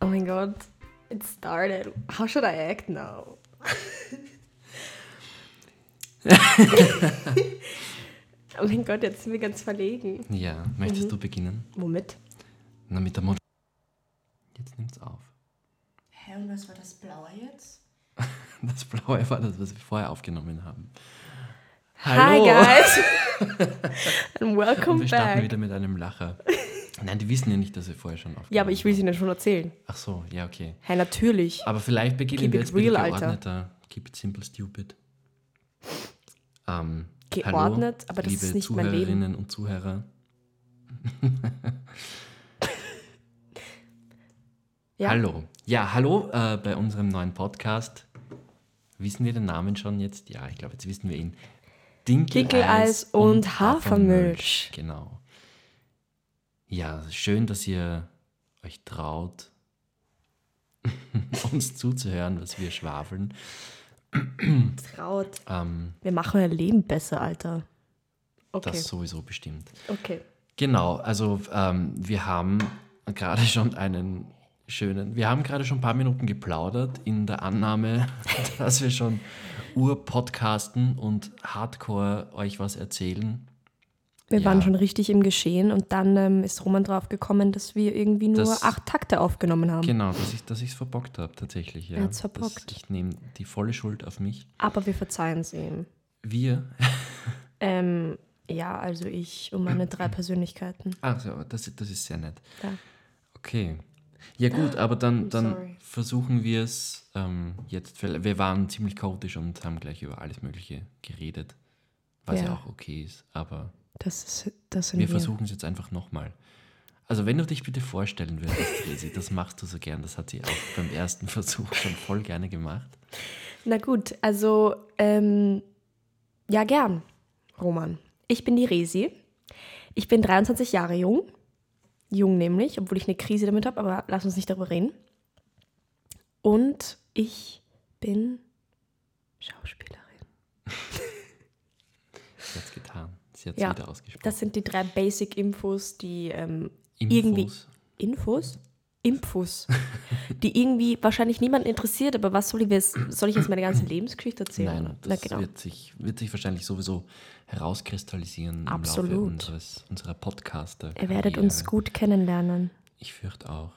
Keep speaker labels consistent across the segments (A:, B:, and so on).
A: oh mein Gott, it started. How should I act now? oh mein Gott, jetzt sind wir ganz verlegen.
B: Ja,
A: Mhm.
B: möchtest du beginnen?
A: Womit?
B: Na, mit der Mod. Jetzt nimmt's auf.
C: Hä, und was war das Blaue jetzt?
B: Das Blaue war das, was wir vorher aufgenommen haben.
A: Hi guys! And welcome
B: Und wir starten
A: back.
B: wieder mit einem Lacher. Nein, die wissen ja nicht, dass wir vorher schon aufgenommen
A: Ja, aber ich will es Ihnen schon erzählen.
B: haben. Ach so, ja, okay.
A: Hey, natürlich.
B: Aber vielleicht beginnen
A: Keep
B: wir
A: it
B: jetzt wieder
A: real, Alter.
B: geordneter. Keep it simple, stupid. Ähm,
A: Geordnet,
B: hallo,
A: aber das
B: liebe
A: ist nicht mein Leben.
B: Zuhörerinnen und Zuhörer.
A: Ja.
B: Hallo. Ja, hallo äh, bei unserem neuen Podcast. Wissen wir den Namen schon jetzt? Ja, ich glaube, jetzt wissen wir ihn.
A: Dinkeleis und Hafermilch.
B: Genau. Ja, schön, dass ihr euch traut, uns zuzuhören, was wir schwafeln.
A: Traut.
B: Ähm,
A: Wir machen euer Leben besser, Alter. Okay.
B: Das sowieso bestimmt.
A: Okay.
B: Genau, also ähm, wir haben gerade schon einen schönen, wir haben gerade schon ein paar Minuten geplaudert in der Annahme, dass wir schon urpodcasten und hardcore euch was erzählen.
A: Wir
B: Ja.
A: waren schon richtig im Geschehen und dann ähm, ist Roman draufgekommen, dass wir irgendwie nur
B: Das-
A: acht Takte aufgenommen haben.
B: Genau, dass ich es verbockt habe tatsächlich. Ja.
A: Er hat's
B: Dass
A: verbockt.
B: Ich nehme die volle Schuld auf mich.
A: Aber wir verzeihen es ihm.
B: Wir,
A: Ähm, ja, also ich und meine drei Persönlichkeiten.
B: also das, das ist sehr nett.
A: Ja.
B: Okay. Ja gut, aber dann, dann
A: Oh, sorry.
B: versuchen wir es ähm, jetzt. weil Wir waren ziemlich chaotisch und haben gleich über alles Mögliche geredet, was ja,
A: Ja.
B: auch okay ist. Aber
A: Das, ist, das sind
B: wir
A: wir.
B: versuchen es jetzt einfach nochmal. Also wenn du dich bitte vorstellen würdest, Resi, das machst du so gern. Das hat sie auch beim ersten Versuch schon voll gerne gemacht.
A: Na gut, also ähm, ja, gern, Roman. Ich bin die Resi. Ich bin 23 Jahre jung. Jung nämlich, obwohl ich eine Krise damit habe, aber lass uns nicht darüber reden. Und ich bin Schauspielerin.
B: Sie hat es getan. Sie hat es
A: Ja,
B: wieder ausgesprochen.
A: Das sind die drei Basic-Infos, die ähm,
B: Infos.
A: irgendwie- Infos? Infos, die irgendwie wahrscheinlich niemanden interessiert, aber was soll ich jetzt, soll ich jetzt meine ganze Lebensgeschichte erzählen?
B: Nein,
A: Na genau.
B: das wird, sich, wird sich wahrscheinlich sowieso herauskristallisieren im Laufe
A: Absolut.
B: unseres, unserer Podcaster.
A: Ihr werdet uns gut kennenlernen.
B: Ich fürchte auch.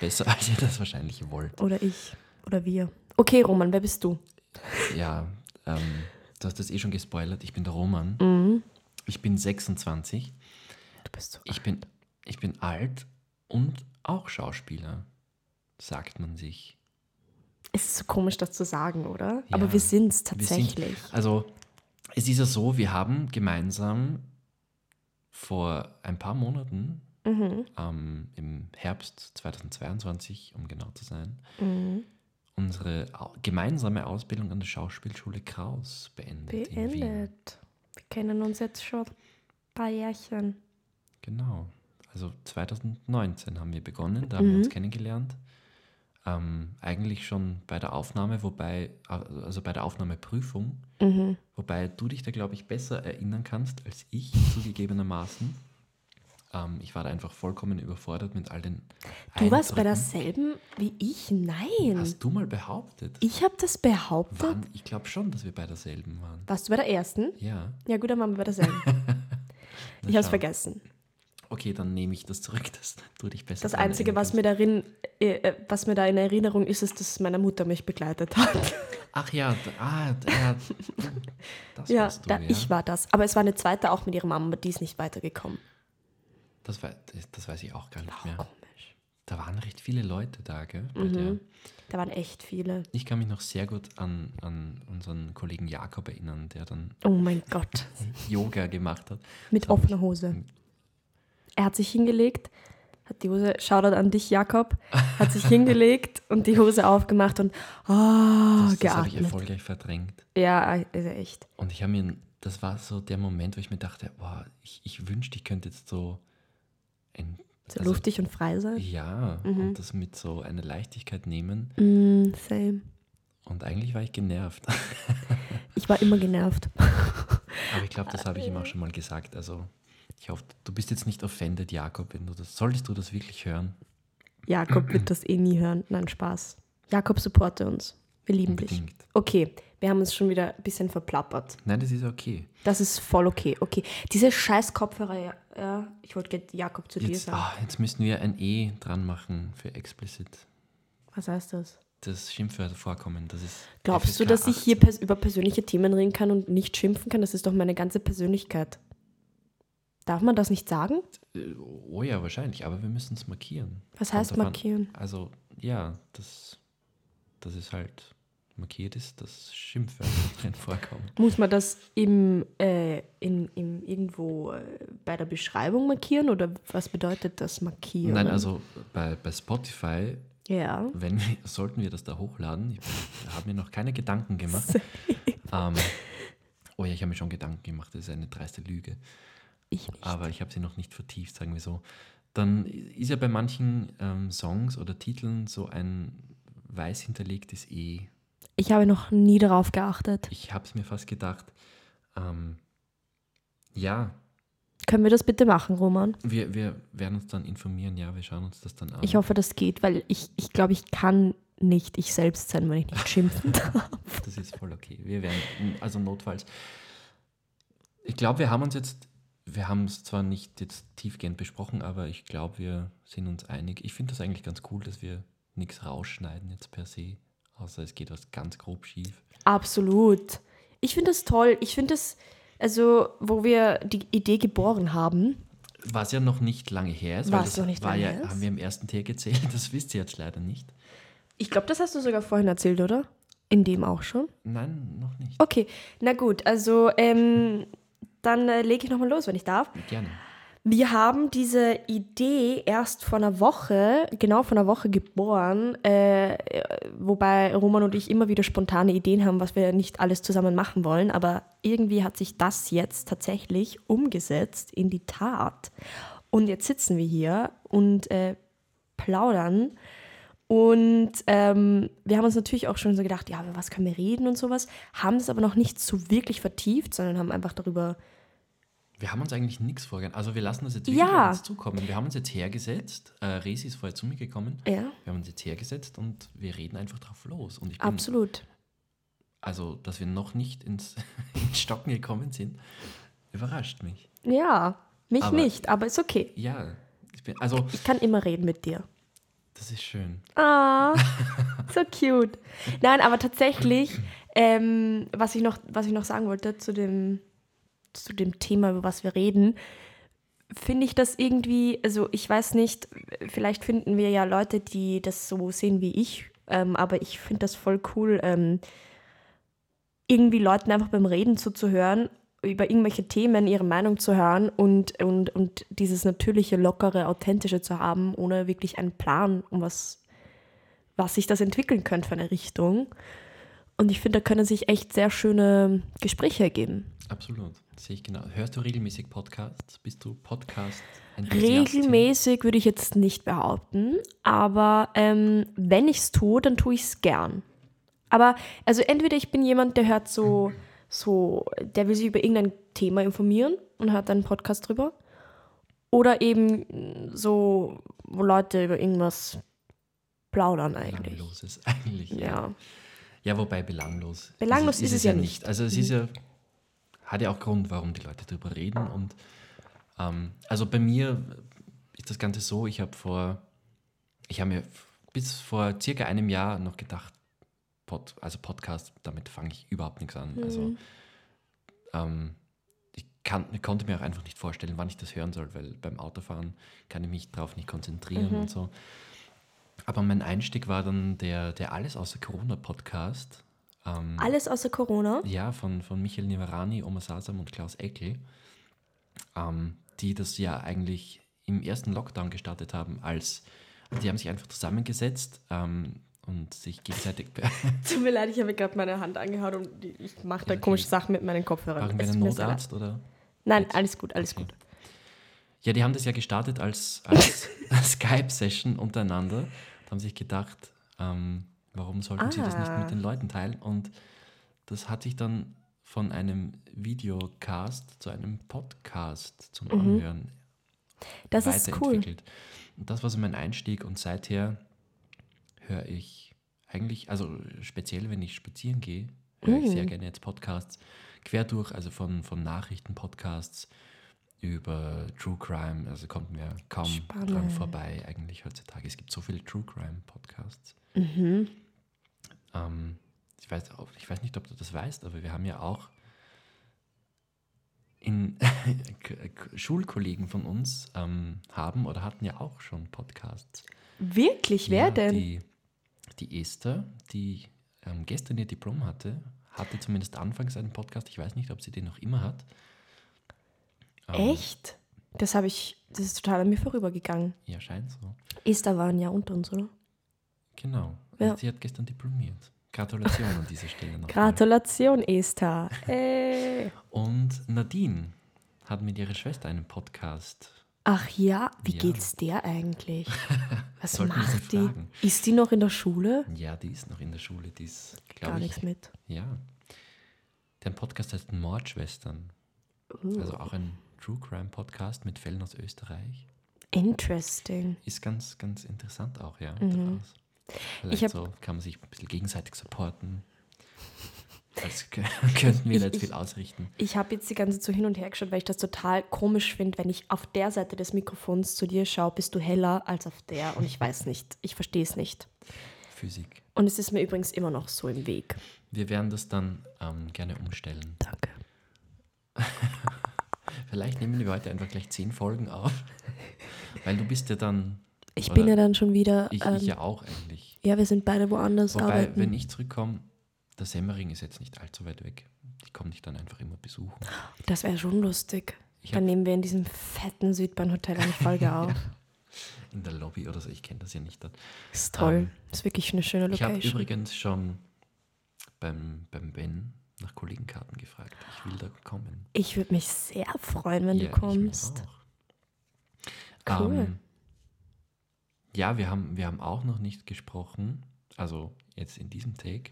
B: Besser als ihr das wahrscheinlich wollt.
A: Oder ich. Oder wir. Okay, Roman, wer bist du?
B: Ja, ähm, du hast das eh schon gespoilert. Ich bin der Roman. Ich bin 26.
A: Du bist so.
B: Ich bin, ich bin alt und auch Schauspieler, sagt man sich.
A: Es ist so komisch, das zu sagen, oder?
B: Ja.
A: Aber wir sind's
B: Wir sind-
A: tatsächlich.
B: also, es ist ja so, wir haben gemeinsam vor ein paar Monaten,
A: mhm.
B: ähm, im Herbst 2022, um genau zu sein,
A: Mhm.
B: unsere au- gemeinsame Ausbildung an der Schauspielschule Kraus beendet. In Wien.
A: Beendet. Wir kennen uns jetzt schon ein paar Jährchen.
B: Genau. Also 2019 haben wir begonnen, da haben wir uns
A: Mhm.
B: kennengelernt. Ähm, eigentlich schon bei der Aufnahme, wobei, also bei der Aufnahmeprüfung,
A: Mhm.
B: wobei du dich da, glaube ich, besser erinnern kannst als ich, zugegebenermaßen. Ähm, ich war da einfach vollkommen überfordert mit all den
A: Du warst bei
B: Eindrücken.
A: derselben wie ich? Nein.
B: Hast du mal behauptet?
A: Ich habe das behauptet.
B: Wann? Ich glaube schon, dass wir bei derselben waren.
A: Warst du bei der ersten?
B: Ja.
A: Ja, gut, dann waren wir bei derselben. ich habe es
B: schau.
A: vergessen.
B: Okay, dann nehme ich das zurück, dass du dich besser
A: Das
B: dran
A: Einzige,
B: erinnern
A: was mir, darin, äh, äh, was mir da in Erinnerung ist, ist, dass meine Mutter mich begleitet hat.
B: kannst. Ach ja, d- ah, d- ja, Oh, das
A: Ja,
B: warst du,
A: da,
B: ja.
A: ich war das. Aber es war eine zweite auch mit ihrer Mama, aber die ist nicht weitergekommen.
B: das, wei- das- das weiß ich auch gar nicht mehr.
A: Komisch.
B: Da waren recht viele Leute da, gell? bei
A: Mhm.
B: dir.
A: Da waren echt viele.
B: Ich kann mich noch sehr gut an, an unseren Kollegen Jakob erinnern, der dann
A: Oh mein Gott.
B: Yoga gemacht hat.
A: Mit
B: Das hab
A: offener Hose. Er hat sich hingelegt, hat die Hose, Shoutout an dich, Jakob, hat sich hingelegt und die Hose aufgemacht und oh,
B: Das, das habe ich
A: geatmet.
B: erfolgreich verdrängt.
A: Ja, also echt.
B: Und ich habe mir, das war so der Moment, wo ich mir dachte, boah, ich, ich wünschte, ich könnte jetzt so ein
A: So
B: also-
A: luftig und frei sein.
B: Ja,
A: Mhm.
B: und das mit so einer Leichtigkeit nehmen.
A: Mm, same.
B: Und eigentlich war ich genervt.
A: Ich war immer genervt.
B: Aber ich glaube, das habe ich ihm auch schon mal gesagt. Also Ich hoffe, du bist jetzt nicht offended, Jakob, wenn du das. Solltest du das wirklich hören?
A: Jakob wird das eh nie hören. Nein, Spaß. Jakob, supporte uns. Wir lieben dich.
B: Unbedingt.
A: Okay, wir haben uns schon wieder ein bisschen verplappert.
B: Nein, das ist okay.
A: Das ist voll okay. Okay, diese scheiß Kopfhörer, ja, ja, ich wollte gerade Jakob zu dir
B: Jetzt,
A: sagen.
B: ah, jetzt müssen wir ein E dran machen für explicit.
A: Was heißt das?
B: Das Schimpfwörter vorkommen. Das ist
A: Glaubst du,
B: FSK
A: dass ich hier
B: 18.
A: pers über persönliche Themen reden kann und nicht schimpfen kann? Das ist doch meine ganze Persönlichkeit. Darf man das nicht sagen?
B: Äh, Oh ja, wahrscheinlich, aber wir müssen es markieren.
A: Was
B: Kommt
A: heißt
B: drauf an.
A: markieren?
B: Also, ja, das, das ist halt markiert ist, dass Schimpfwörter drin vorkommen.
A: Muss man das im, äh, in, im irgendwo äh, bei der Beschreibung markieren oder was bedeutet das markieren?
B: Nein, also bei, bei Spotify,
A: Ja.
B: wenn wir, sollten wir das da hochladen, ich habe mir noch keine Gedanken gemacht. ähm, oh ja, ich habe mir schon Gedanken gemacht, das ist eine dreiste Lüge.
A: Ich nicht.
B: aber ich habe sie noch nicht vertieft, sagen wir so. Dann ist ja bei manchen ähm, Songs oder Titeln so ein weiß hinterlegtes E.
A: Ich habe noch nie darauf geachtet.
B: Ich habe es mir fast gedacht. Ähm, ja,
A: Können wir das bitte machen, Roman?
B: wir, wir werden uns dann informieren. Ja, wir schauen uns das dann an.
A: Ich hoffe, das geht, weil ich, ich glaube, ich kann nicht ich selbst sein, wenn ich nicht schimpfen darf.
B: Das ist voll okay. Wir werden, also notfalls. Ich glaube, wir haben uns jetzt, wir haben es zwar nicht jetzt tiefgehend besprochen, aber ich glaube, wir sind uns einig. Ich finde das eigentlich ganz cool, dass wir nichts rausschneiden jetzt per se, außer es geht was ganz grob schief.
A: Absolut. Ich finde das toll. Ich finde das, also, wo wir die Idee geboren haben,
B: Was ja noch nicht lange her ist,
A: Was
B: das
A: noch nicht
B: war
A: lange
B: ja,
A: her ist?
B: haben wir im ersten Tier gezählt, das wisst ihr jetzt leider nicht.
A: ich glaube, das hast du sogar vorhin erzählt, oder? In dem auch schon.
B: Nein, noch nicht.
A: Okay, na gut, also ähm, dann äh, lege ich nochmal los, wenn ich darf.
B: Gerne.
A: Wir haben diese Idee erst vor einer Woche, genau vor einer Woche geboren, äh, wobei Roman und ich immer wieder spontane Ideen haben, was wir nicht alles zusammen machen wollen, aber irgendwie hat sich das jetzt tatsächlich umgesetzt in die Tat. Und jetzt sitzen wir hier und äh, plaudern. Und ähm, wir haben uns natürlich auch schon so gedacht, ja, über was können wir reden und sowas, haben das aber noch nicht so wirklich vertieft, sondern haben einfach darüber
B: Wir haben uns eigentlich nichts vorgegangen. Also wir lassen das jetzt wirklich
A: Ja.
B: auf uns zukommen. Wir haben uns jetzt hergesetzt. Äh, Resi ist vorher zu mir gekommen.
A: Ja.
B: Wir haben uns jetzt hergesetzt und wir reden einfach drauf los. Und ich bin,
A: absolut.
B: also, dass wir noch nicht ins, ins Stocken gekommen sind, überrascht mich.
A: Ja, mich
B: Aber-
A: nicht, aber ist okay.
B: Ja, ich bin, also
A: Ich kann immer reden mit dir.
B: das ist schön.
A: Ah, so cute. Nein, aber tatsächlich, ähm, was, ich noch, was ich noch sagen wollte zu dem, zu dem Thema, über was wir reden, finde ich das irgendwie, also ich weiß nicht, vielleicht finden wir ja Leute, die das so sehen wie ich, ähm, aber ich finde das voll cool, ähm, irgendwie Leuten einfach beim Reden zuzuhören, über irgendwelche Themen ihre Meinung zu hören und, und, und dieses natürliche, lockere, authentische zu haben, ohne wirklich einen Plan, um was, was sich das entwickeln könnte für eine Richtung. Und ich finde, da können sich echt sehr schöne Gespräche ergeben.
B: Absolut. Sehe ich genau. Hörst du regelmäßig Podcasts? Bist du Podcast?
A: Regelmäßig würde ich jetzt nicht behaupten, aber ähm, wenn ich es tue, dann tue ich es gern. Aber also entweder ich bin jemand, der hört so, so, der will sich über irgendein Thema informieren und hört einen Podcast drüber. Oder eben so, wo Leute über irgendwas plaudern eigentlich.
B: Belangloses eigentlich.
A: Ja.
B: Ja, wobei belanglos.
A: Belanglos ist es ja nicht. Mhm.
B: Also es ist ja, hat ja auch Grund, warum die Leute drüber reden. Und ähm, also bei mir ist das Ganze so, ich habe vor, ich habe mir bis vor circa einem Jahr noch gedacht, Pod, also Podcast, damit fange ich überhaupt nichts an.
A: Mhm.
B: Also ähm, ich kann, konnte mir auch einfach nicht vorstellen, wann ich das hören soll, weil beim Autofahren kann ich mich darauf nicht konzentrieren
A: Mhm.
B: und so. Aber mein Einstieg war dann der, der Alles außer Corona-Podcast. Ähm,
A: Alles außer Corona.
B: ja, von, von Michael Nivarani, Oma Sasam und Klaus Eckel, ähm, die das ja eigentlich im ersten Lockdown gestartet haben, als die haben sich einfach zusammengesetzt ähm, und sich gegenseitig be-
A: Tut mir leid, ich habe gerade meine Hand angehauen und die- ich mache da
B: Ja, okay.
A: komische Sachen mit meinen Kopfhörern.
B: Brauchen wir
A: Es
B: einen
A: tut mir sehr leid.
B: Notarzt oder?
A: Nein, alles gut, alles
B: Okay.
A: gut.
B: Ja, die haben das ja gestartet als, als Skype-Session untereinander. Da haben sich gedacht, ähm, warum sollten sie das nicht
A: Ah.
B: mit den Leuten teilen? Und das hat sich dann von einem Videocast zu einem Podcast zum
A: Mhm.
B: Anhören
A: Das ist cool.
B: weiterentwickelt. Und das war so mein Einstieg und seither höre ich eigentlich, also speziell wenn ich spazieren gehe, höre ich sehr gerne jetzt Podcasts quer durch, also von, von Nachrichten-Podcasts über True Crime, also kommt mir kaum dran
A: Spannend.
B: vorbei eigentlich heutzutage. Es gibt so viele True Crime-Podcasts. Ähm, ich, weiß, auch- ich weiß nicht, ob du das weißt, aber wir haben ja auch in K- K- Schulkollegen von uns ähm, haben oder hatten ja auch schon Podcasts.
A: Wirklich, wer
B: ja,
A: denn?
B: Die, die Esther, die ähm, gestern ihr Diplom hatte, hatte zumindest anfangs einen Podcast. Ich weiß nicht, ob sie den noch immer hat. Ähm,
A: Echt? Das habe ich, das ist total an mir vorübergegangen.
B: Ja, scheint so.
A: Esther war ein Jahr unter uns, oder?
B: Genau.
A: Ja.
B: Und Sie hat gestern diplomiert. Gratulation an dieser Stelle nochmal.
A: Gratulation, Esther. Äh. Ey.
B: Und Nadine hat mit ihrer Schwester einen Podcast.
A: Ach ja, wie
B: Ja.
A: geht's der eigentlich? Was
B: Sollten wir sie
A: macht die?
B: fragen.
A: Ist die noch in der Schule?
B: Ja, die ist noch in der Schule, die ist,
A: Gar
B: glaube ich,
A: nichts mit.
B: Ja. Der Podcast heißt Mordschwestern.
A: Uh.
B: Also auch ein True Crime Podcast mit Fällen aus Österreich.
A: Interesting.
B: Ist ganz, ganz interessant auch, ja. daraus.
A: Mhm. Ich
B: Vielleicht
A: hab-
B: so kann man sich ein bisschen gegenseitig supporten. Als kö- könnten wir
A: Ich-
B: da jetzt
A: ich-
B: viel ausrichten.
A: Ich habe jetzt die ganze Zeit so hin und her geschaut, weil ich das total komisch finde, wenn ich auf der Seite des Mikrofons zu dir schaue, bist du heller als auf der und ich weiß nicht. Ich verstehe es nicht.
B: Physik.
A: Und es ist mir übrigens immer noch so im Weg.
B: Wir werden das dann ähm, gerne umstellen.
A: Danke.
B: Vielleicht nehmen wir heute einfach gleich zehn Folgen auf. Weil du bist ja dann.
A: Ich
B: oder
A: bin ja dann schon wieder.
B: Ich,
A: ähm,
B: ich ja auch eigentlich.
A: Ja, wir sind beide woanders
B: Wobei,
A: arbeiten.
B: wenn ich zurückkomme, der Semmering ist jetzt nicht allzu weit weg. Ich komme dich dann einfach immer besuchen.
A: das wäre schon lustig.
B: Ich
A: Dann
B: hab-
A: nehmen wir in diesem fetten Südbahnhotel eine Folge auf.
B: In der Lobby oder so, ich kenne das ja nicht. Dort.
A: Ist toll.
B: Ähm,
A: ist wirklich eine schöne
B: Ich habe
A: Location.
B: übrigens schon beim, beim Ben nach Kollegenkarten gefragt. Ich will da kommen.
A: Ich würde mich sehr freuen, wenn
B: Ja,
A: du
B: ich mich
A: kommst.
B: auch.
A: Cool.
B: Ähm, ja, wir haben, wir haben auch noch nicht gesprochen. Also jetzt in diesem Take.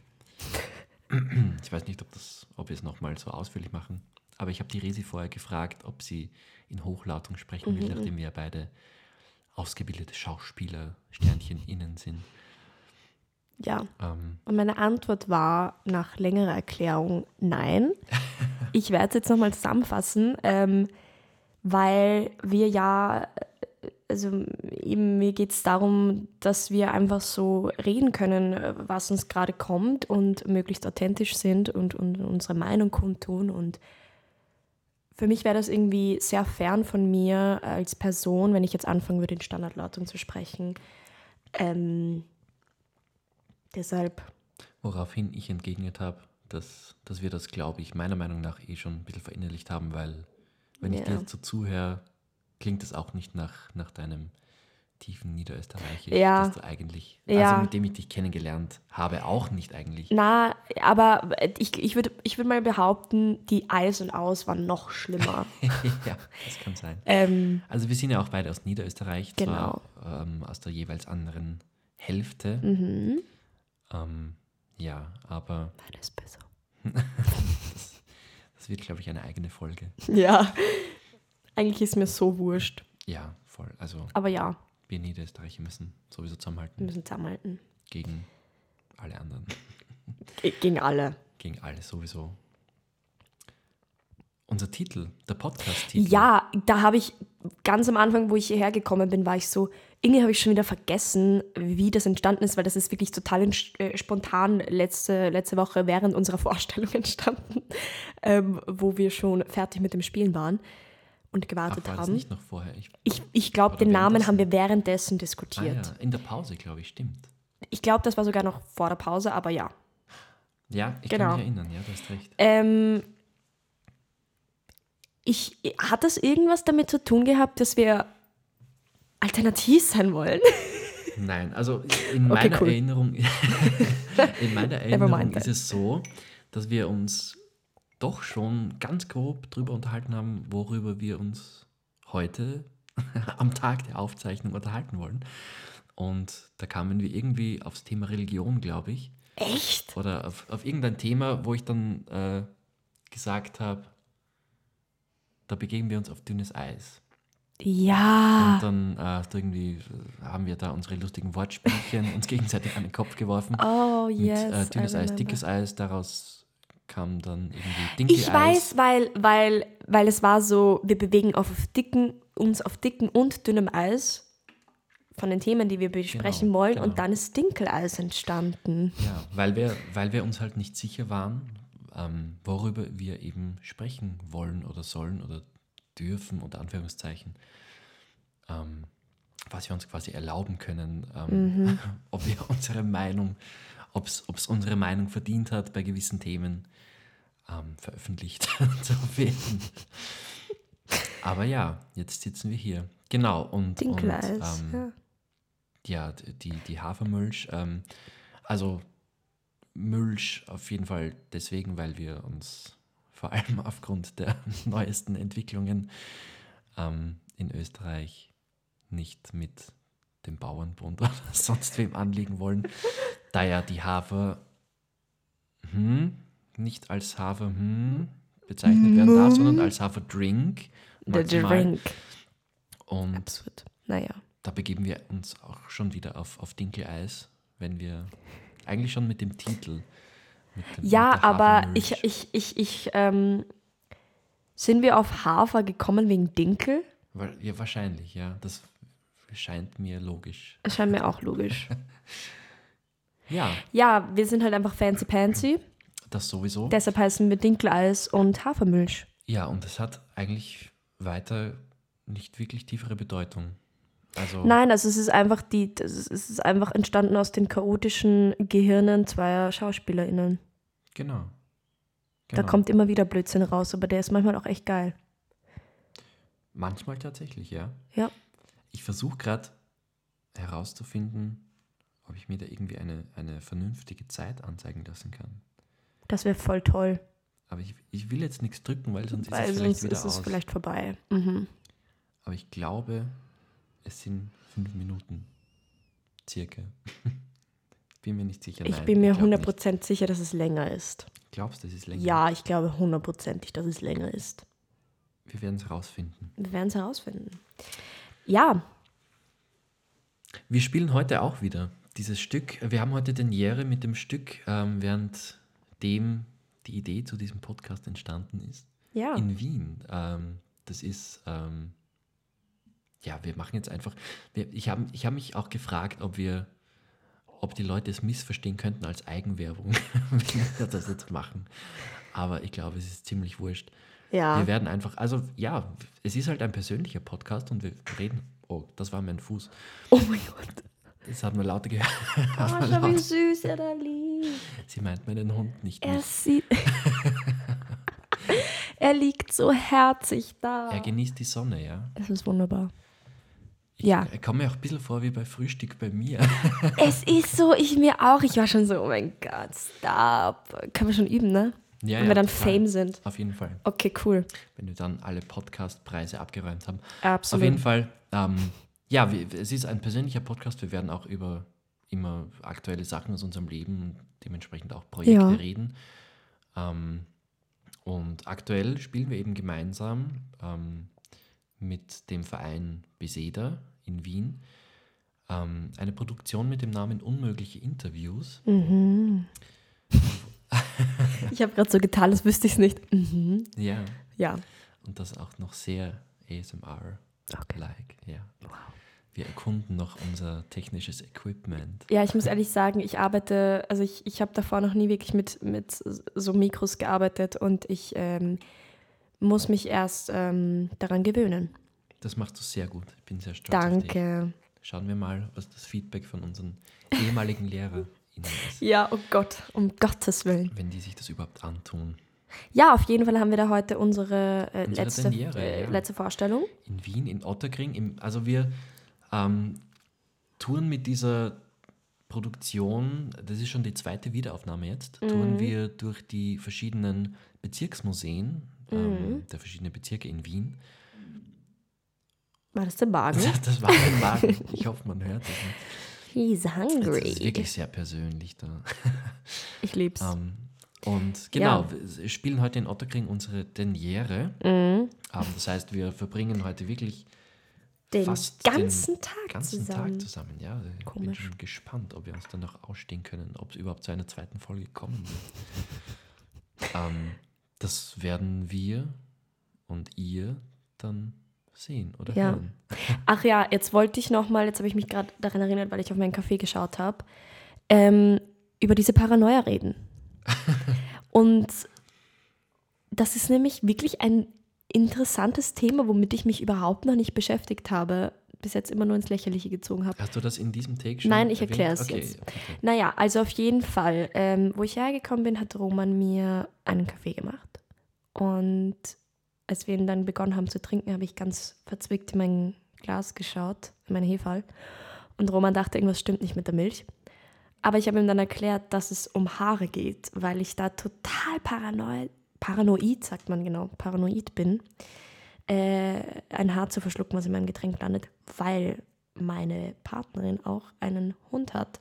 B: Ich weiß nicht, ob, das, ob wir es nochmal so ausführlich machen. Aber ich habe die Resi vorher gefragt, ob sie in Hochlautung sprechen
A: Mhm.
B: will, nachdem wir beide ausgebildete Schauspieler, SternchenInnen sind.
A: Ja.
B: Ähm,
A: Und meine Antwort war nach längerer Erklärung nein. Ich werde es jetzt nochmal zusammenfassen, ähm, weil wir ja, äh, also eben mir geht es darum, dass wir einfach so reden können, äh, was uns gerade kommt und möglichst authentisch sind und, und unsere Meinung kundtun. Und für mich wäre das irgendwie sehr fern von mir als Person, wenn ich jetzt anfangen würde, in Standardlautung zu sprechen. Ähm, deshalb
B: woraufhin ich entgegnet habe, dass, dass wir das, glaube ich, meiner Meinung nach eh schon ein bisschen verinnerlicht haben, weil wenn ich dir
A: Ja.
B: jetzt so zuhöre, klingt es auch nicht nach, nach deinem tiefen Niederösterreichisch,
A: Ja.
B: dass du eigentlich,
A: Ja.
B: also mit dem ich dich kennengelernt habe, auch nicht eigentlich.
A: Na, aber äh, ich, ich würde ich würd mal behaupten, die Eis und Aus waren noch schlimmer.
B: ja, das kann sein.
A: ähm,
B: Also wir sind ja auch beide aus Niederösterreich,
A: Genau. Mhm.
B: zwar ähm, aus der jeweils anderen Hälfte. Ähm, ja, aber
A: meine ist besser.
B: das wird, glaube ich, eine eigene Folge.
A: Ja. Eigentlich ist mir so wurscht.
B: Ja, voll. Also
A: Aber ja,
B: wir Niederösterreicher müssen sowieso
A: wir
B: zusammenhalten
A: müssen zusammenhalten.
B: gegen alle anderen,
A: Ge- Gegen alle.
B: gegen alles sowieso. Unser Titel, der Podcast-Titel.
A: Ja, da habe ich ganz am Anfang, wo ich hierher gekommen bin, war ich so, irgendwie habe ich schon wieder vergessen, wie das entstanden ist, weil das ist wirklich total ents- äh, spontan letzte, letzte Woche während unserer Vorstellung entstanden, ähm, wo wir schon fertig mit dem Spielen waren und
B: Ach,
A: gewartet
B: war das
A: haben.
B: nicht noch vorher? Ich,
A: Ich, ich glaube,
B: Oder
A: den Namen
B: währenddessen?
A: haben wir währenddessen
B: ah,
A: diskutiert.
B: ja, in der Pause, glaube ich, stimmt.
A: Ich glaube, das war sogar noch vor der Pause, aber ja.
B: Ja, ich
A: Genau.
B: kann mich erinnern, ja, du hast recht.
A: Ähm, ich, hat das irgendwas damit zu tun gehabt, dass wir alternativ sein wollen?
B: Nein, also in
A: Okay,
B: meiner
A: cool.
B: Erinnerung, in meiner
A: Never
B: Erinnerung
A: mind
B: ist es so, dass wir uns doch schon ganz grob drüber unterhalten haben, worüber wir uns heute am Tag der Aufzeichnung unterhalten wollen. Und da kamen wir irgendwie aufs Thema Religion, glaube ich,
A: Echt?
B: oder auf, auf irgendein Thema, wo ich dann äh, gesagt habe, da begeben wir uns auf dünnes Eis.
A: Ja. Ah.
B: Und dann äh, hast du irgendwie äh, haben wir da unsere lustigen Wortspielchen uns gegenseitig an den Kopf geworfen.
A: Oh,
B: mit
A: yes.
B: äh,
A: I
B: dünnes Eis,
A: remember.
B: dickes Eis, daraus kam dann irgendwie Dinky
A: Ich weiß,
B: Eis.
A: weil, weil, weil es war so, wir bewegen auf dicken, uns auf dicken und dünnem Eis von den Themen, die wir besprechen
B: Genau,
A: wollen.
B: genau.
A: Und dann ist Dinkeleis entstanden.
B: Ja, weil wir, weil wir uns halt nicht sicher waren, ähm, worüber wir eben sprechen wollen oder sollen oder dürfen, unter Anführungszeichen. Ähm, was wir uns quasi erlauben können, ähm, ob wir unsere Meinung, ob es unsere Meinung verdient hat, bei gewissen Themen ähm, veröffentlicht zu werden. Aber ja, jetzt sitzen wir hier. Genau, und, und
A: Dinkeleis.
B: ähm,
A: ja.
B: ja, d- die, die Hafermilch. Ähm, also Milch auf jeden Fall deswegen, weil wir uns vor allem aufgrund der neuesten Entwicklungen ähm, in Österreich nicht mit dem Bauernbund oder sonst wem anlegen wollen, da ja die Hafer hm, nicht als Hafer hm, bezeichnet werden darf, sondern als Haferdrink.
A: Der
B: maximal.
A: Drink.
B: Und
A: Absurd. Naja.
B: da begeben wir uns auch schon wieder auf, auf Dinkeleis, wenn wir eigentlich schon mit dem Titel. Mit dem,
A: Ja,
B: mit der
A: aber
B: Hafermilch.
A: ich, ich, ich, ich, ähm, sind wir auf Hafer gekommen wegen Dinkel?
B: Wa- Ja, wahrscheinlich, ja. Das scheint mir logisch.
A: Das scheint mir auch logisch.
B: Ja,
A: Ja, wir sind halt einfach fancy pantsy.
B: das sowieso.
A: Deshalb heißen wir Dinkeleis und Hafermilch.
B: ja, und das hat eigentlich weiter nicht wirklich tiefere Bedeutung. Also,
A: Nein, also es ist einfach die, das ist- es ist einfach entstanden aus den chaotischen Gehirnen zweier SchauspielerInnen.
B: genau.
A: Da kommt immer wieder Blödsinn raus, aber der ist manchmal auch echt geil.
B: Manchmal tatsächlich, ja.
A: Ja.
B: Ich versuche gerade herauszufinden, ob ich mir da irgendwie eine, eine vernünftige Zeit anzeigen lassen kann.
A: Das wäre voll toll.
B: Aber ich, ich will jetzt nichts drücken, weil sonst ist
A: Weil
B: es vielleicht
A: sonst
B: wieder
A: ist
B: aus.
A: es vielleicht vorbei. Mhm.
B: Aber ich glaube, es sind fünf Minuten. Circa. bin mir nicht sicher.
A: Ich
B: nein,
A: bin mir
B: glaub nicht.
A: 100% sicher, dass es länger ist.
B: Glaubst du, es ist länger?
A: Ja, ich glaube hundertprozentig, dass es länger ist.
B: Wir werden es rausfinden.
A: Wir werden es herausfinden. Ja,
B: Wir spielen heute auch wieder dieses Stück. Wir haben heute den Jere mit dem Stück, ähm, während dem die Idee zu diesem Podcast entstanden ist.
A: ja.
B: In Wien. Ähm, das ist, ähm, ja, wir machen jetzt einfach. Wir, ich habe ich hab mich auch gefragt, ob wir, ob die Leute es missverstehen könnten als Eigenwerbung, wenn wir das jetzt machen. Aber ich glaube, es ist ziemlich wurscht.
A: ja.
B: Wir werden einfach, also ja, es ist halt ein persönlicher Podcast und wir reden. Oh, das war mein Fuß.
A: oh mein Gott.
B: Das hat man lauter gehört.
A: Oh, schau, wie süß er da liegt.
B: Sie meint meinen Hund nicht.
A: Er
B: Er,
A: sieht. er liegt so herzig da.
B: er genießt die Sonne, ja.
A: Es ist wunderbar.
B: Ich
A: Ja.
B: ich komme mir auch ein bisschen vor wie bei Frühstück bei mir.
A: Es ist so, ich mir auch. Ich war schon so, oh mein Gott, stop. Können wir schon üben, ne?
B: Ja,
A: Wenn
B: ja,
A: wir dann
B: total.
A: Fame sind.
B: Auf jeden Fall.
A: Okay, cool.
B: wenn wir dann alle Podcast-Preise abgeräumt haben.
A: Absolut.
B: Auf jeden Fall, ähm, ja, wir, es ist ein persönlicher Podcast. Wir werden auch über immer aktuelle Sachen aus unserem Leben, dementsprechend auch Projekte
A: Ja.
B: reden. Ähm, und aktuell spielen wir eben gemeinsam ähm, mit dem Verein Beseda in Wien ähm, eine Produktion mit dem Namen Unmögliche Interviews.
A: Mhm. Ich habe gerade so getan, als wüsste ich es nicht. Mhm.
B: Ja.
A: Ja.
B: Und das auch noch sehr
A: Okay.
B: ASMR-like. Ja. Wir erkunden noch unser technisches Equipment.
A: Ja, ich muss ehrlich sagen, ich arbeite, also ich, ich habe davor noch nie wirklich mit, mit so Mikros gearbeitet und ich ähm, muss mich erst ähm, daran gewöhnen.
B: Das machst du sehr gut. Ich bin sehr stolz auf dich.
A: Danke.
B: Schauen wir mal, was das Feedback von unseren ehemaligen Lehrern ist.
A: Ja, oh Gott, um Gottes Willen.
B: Wenn die sich das überhaupt antun.
A: Ja, auf jeden Fall haben wir da heute unsere, äh,
B: Unsere
A: letzte,
B: Premiere,
A: äh,
B: ja.
A: letzte Vorstellung.
B: In Wien, in Otterkring. Im, also wir ähm, touren mit dieser Produktion, das ist schon die zweite Wiederaufnahme jetzt,
A: Mhm.
B: touren wir durch die verschiedenen Bezirksmuseen
A: Mhm.
B: ähm, der verschiedenen Bezirke in Wien.
A: War das der Magen?
B: Das war mein Magen. Ich hoffe, man hört es nicht.
A: He's
B: Das ist
A: hungry.
B: wirklich sehr persönlich da.
A: Ich lieb's.
B: Ähm, Und genau, wir spielen heute in Otterkring unsere Deniere.
A: Mhm.
B: Ähm, das heißt, wir verbringen heute wirklich
A: Den
B: fast
A: ganzen
B: den
A: Tag
B: ganzen
A: zusammen.
B: Tag zusammen. Ja, also ich bin
A: Komisch.
B: schon gespannt, ob wir uns dann noch ausstehen können, ob es überhaupt zu einer zweiten Folge kommen wird. ähm, das werden wir und ihr dann sehen oder
A: Ja.
B: hören.
A: Ach ja, jetzt wollte ich nochmal, jetzt habe ich mich gerade daran erinnert, weil ich auf meinen Kaffee geschaut habe, ähm, über diese Paranoia reden. Und das ist nämlich wirklich ein interessantes Thema, womit ich mich überhaupt noch nicht beschäftigt habe, bis jetzt immer nur ins Lächerliche gezogen habe.
B: Hast du das in diesem Take schon
A: Nein, ich
B: erwähnt?
A: erkläre es
B: okay.
A: jetzt. Naja, also auf jeden Fall, ähm, wo ich hergekommen bin, hat Roman mir einen Kaffee gemacht. Und als wir ihn dann begonnen haben zu trinken, habe ich ganz verzwickt in mein Glas geschaut, in mein Hefall. Und Roman dachte, irgendwas stimmt nicht mit der Milch. Aber ich habe ihm dann erklärt, dass es um Haare geht, weil ich da total paranoid, paranoid sagt man genau, paranoid bin, äh, ein Haar zu verschlucken, was in meinem Getränk landet, weil meine Partnerin auch einen Hund hat.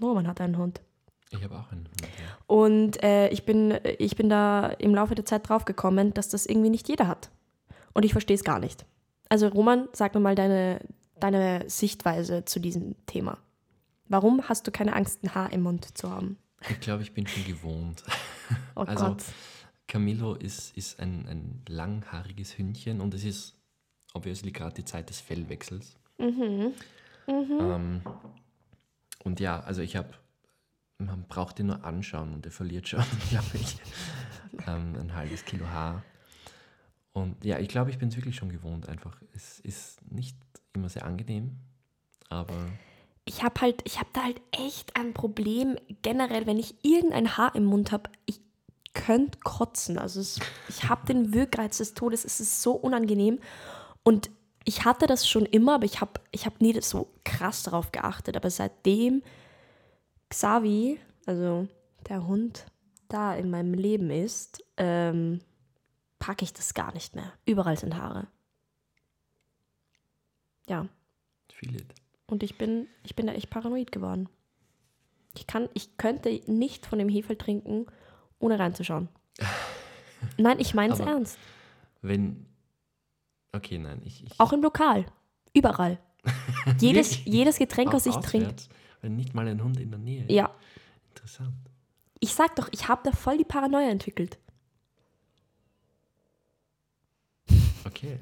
A: Roman Oh, hat einen Hund.
B: Ich habe auch einen. Hund, ja.
A: Und äh, ich, bin, ich bin da im Laufe der Zeit draufgekommen, dass das irgendwie nicht jeder hat. Und ich verstehe es gar nicht. Also Roman, sag mir mal deine, deine Sichtweise zu diesem Thema. Warum hast du keine Angst, ein Haar im Mund zu haben?
B: Ich glaube, ich bin schon gewohnt.
A: Oh
B: also
A: Gott.
B: Camilo ist, ist ein, ein langhaariges Hündchen und es ist obviously gerade die Zeit des Fellwechsels.
A: Mhm.
B: Ähm, und ja, also ich habe, man braucht ihn nur anschauen und er verliert schon, glaube ich, ähm, ein halbes Kilo Haar. Und ja, ich glaube, ich bin es wirklich schon gewohnt einfach. Es ist nicht immer sehr angenehm, aber
A: Ich habe halt, ich habe da halt echt ein Problem generell, wenn ich irgendein Haar im Mund habe, ich könnte kotzen. Also es, ich habe den Wirkreiz des Todes, es ist so unangenehm. Und ich hatte das schon immer, aber ich habe ich hab nie so krass darauf geachtet. Aber seitdem Xavi, also der Hund, da in meinem Leben ist, ähm, packe ich das gar nicht mehr. Überall sind Haare. Ja.
B: viele.
A: Und ich bin, ich bin da echt paranoid geworden. Ich, kann, ich könnte nicht von dem Hefel trinken, ohne reinzuschauen. Nein, ich meine es
B: Aber-
A: ernst.
B: Wenn, okay, nein, ich, ich
A: Auch im Lokal. Überall. Jedes,
B: Wirklich?
A: jedes Getränk,
B: auch
A: was ich trinke.
B: auswärts, Wenn nicht mal ein Hund in der Nähe ist.
A: Ja.
B: Interessant.
A: Ich sag doch, ich habe da voll die Paranoia entwickelt.
B: Okay.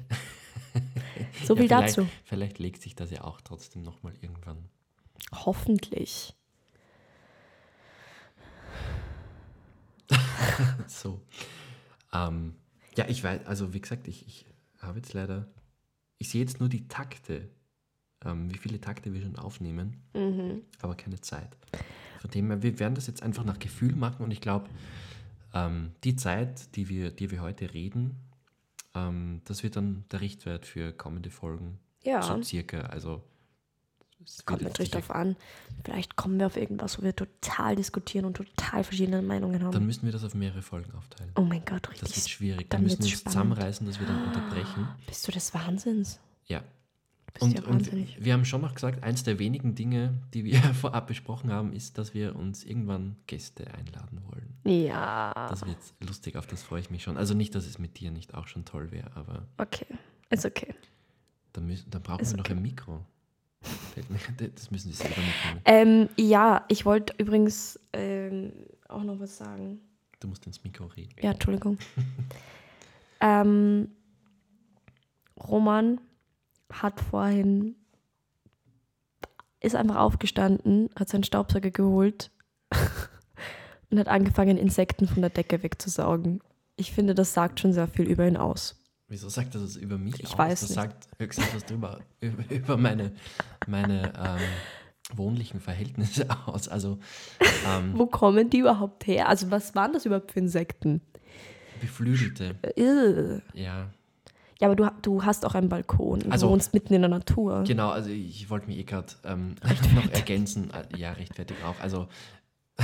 A: So viel
B: vielleicht,
A: dazu.
B: Vielleicht legt sich das ja auch trotzdem nochmal irgendwann.
A: Hoffentlich.
B: So. Ähm, ja, ich weiß, also wie gesagt, ich, ich habe jetzt leider, ich sehe jetzt nur die Takte, ähm, wie viele Takte wir schon aufnehmen,
A: Mhm.
B: aber keine Zeit. Von dem her, wir werden das jetzt einfach nach Gefühl machen und ich glaube, ähm, die Zeit, die wir, die wir heute reden, ähm, das wird dann der Richtwert für kommende Folgen.
A: Ja.
B: So circa, also. es wird
A: Kommt
B: jetzt
A: natürlich
B: sicher-
A: drauf an. Vielleicht kommen wir auf irgendwas, wo wir total diskutieren und total verschiedene Meinungen
B: Dann
A: haben.
B: müssen wir das auf mehrere Folgen aufteilen.
A: Oh mein Gott,
B: Das wird
A: richtig.
B: schwierig.
A: dann
B: Dann müssen wir
A: wird's
B: uns
A: spannend.
B: zusammenreißen, dass wir dann unterbrechen.
A: Bist du des Wahnsinns?
B: Ja.
A: Bist
B: Und,
A: ja wahnsinnig.
B: und wir haben schon noch gesagt, eins der wenigen Dinge, die wir vorab besprochen haben, ist, dass wir uns irgendwann Gäste einladen wollen.
A: Ja.
B: Das wird lustig, auf das freue ich mich schon. Also nicht, dass es mit dir nicht auch schon toll wäre, aber
A: Okay. Ist okay.
B: da, müssen, da brauchen
A: Ist
B: wir
A: okay.
B: noch ein Mikro. Fällt mir- Das müssen wir selber mitnehmen.
A: Ähm, ja, ich wollte übrigens ähm, auch noch was sagen.
B: Du musst ins Mikro reden.
A: Ja, Entschuldigung. ähm, Roman hat vorhin, ist einfach aufgestanden, hat seinen Staubsauger geholt und hat angefangen, Insekten von der Decke wegzusaugen. Ich finde, das sagt schon sehr viel über ihn aus.
B: Wieso sagt das das über mich
A: Ich
B: aus?
A: weiß
B: das
A: nicht.
B: sagt höchstens was drüber, über, über meine, meine ähm, wohnlichen Verhältnisse aus. Also ähm,
A: Wo kommen die überhaupt her? Also, was waren das überhaupt für Insekten?
B: Beflügelte,
A: Äh.
B: ja.
A: Ja, aber du, du hast auch einen Balkon. und Du
B: Also-
A: wohnst mitten in der Natur.
B: Genau, also ich wollte mich eh gerade ähm, noch ergänzen. Äh, Ja, rechtfertig auch. Also,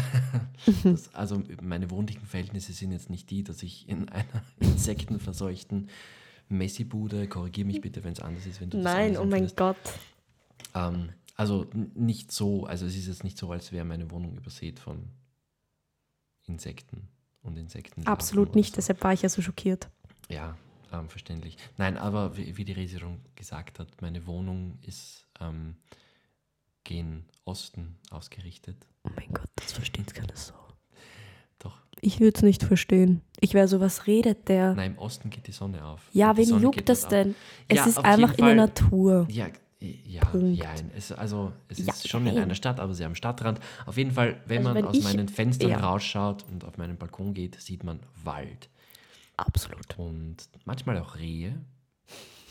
B: das, also meine wohnlichen Verhältnisse sind jetzt nicht die, dass ich in einer insektenverseuchten Messibude, korrigiere mich bitte, wenn es anders ist, wenn du das
A: Nein,
B: anders
A: oh mein
B: empfindest.
A: Gott.
B: Ähm, also n- nicht so, also es ist jetzt nicht so, als wäre meine Wohnung übersät von Insekten und Insekten.
A: Absolut nicht, deshalb war ich ja so schockiert.
B: Ja, ähm, verständlich. Nein, aber wie, wie die Resi schon gesagt hat, meine Wohnung ist ähm, gen Osten ausgerichtet.
A: Oh mein Gott, das versteht keiner so.
B: Doch,
A: Ich würde es nicht verstehen. Ich wäre so, was redet der?
B: nein, im Osten geht die Sonne auf.
A: Ah. ja,
B: Und die
A: wen
B: Sonne
A: juckt
B: geht dort
A: das
B: auf.
A: denn? Es
B: Ja,
A: ist
B: auf jeden
A: einfach in der
B: Fall.
A: Natur.
B: Ja, ja,
A: Punkt.
B: ja. Es, also es
A: Ja,
B: ist schon in
A: nein.
B: einer Stadt, aber sie am Stadtrand. Auf jeden Fall, wenn
A: Also
B: man
A: wenn
B: aus
A: ich-
B: meinen Fenstern
A: ja.
B: rausschaut und auf meinen Balkon geht, sieht man Wald
A: Absolut.
B: und manchmal auch Rehe.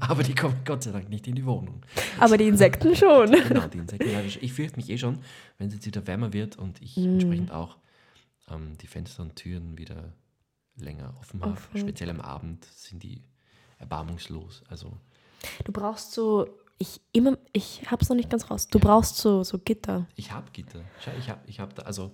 B: aber die kommen Gott sei Dank nicht in die Wohnung.
A: Aber die Insekten schon.
B: Genau, die Insekten. leider schon. Ich fürchte mich eh schon, wenn es jetzt wieder wärmer wird und ich entsprechend auch ähm, die Fenster und Türen wieder länger offen habe.
A: Offen.
B: Speziell am Abend sind die erbarmungslos. Also
A: Du brauchst so, ich immer, ich hab's noch nicht ganz raus. Du brauchst so, so Gitter.
B: Ich habe Gitter. Schau, ich habe ich hab da, also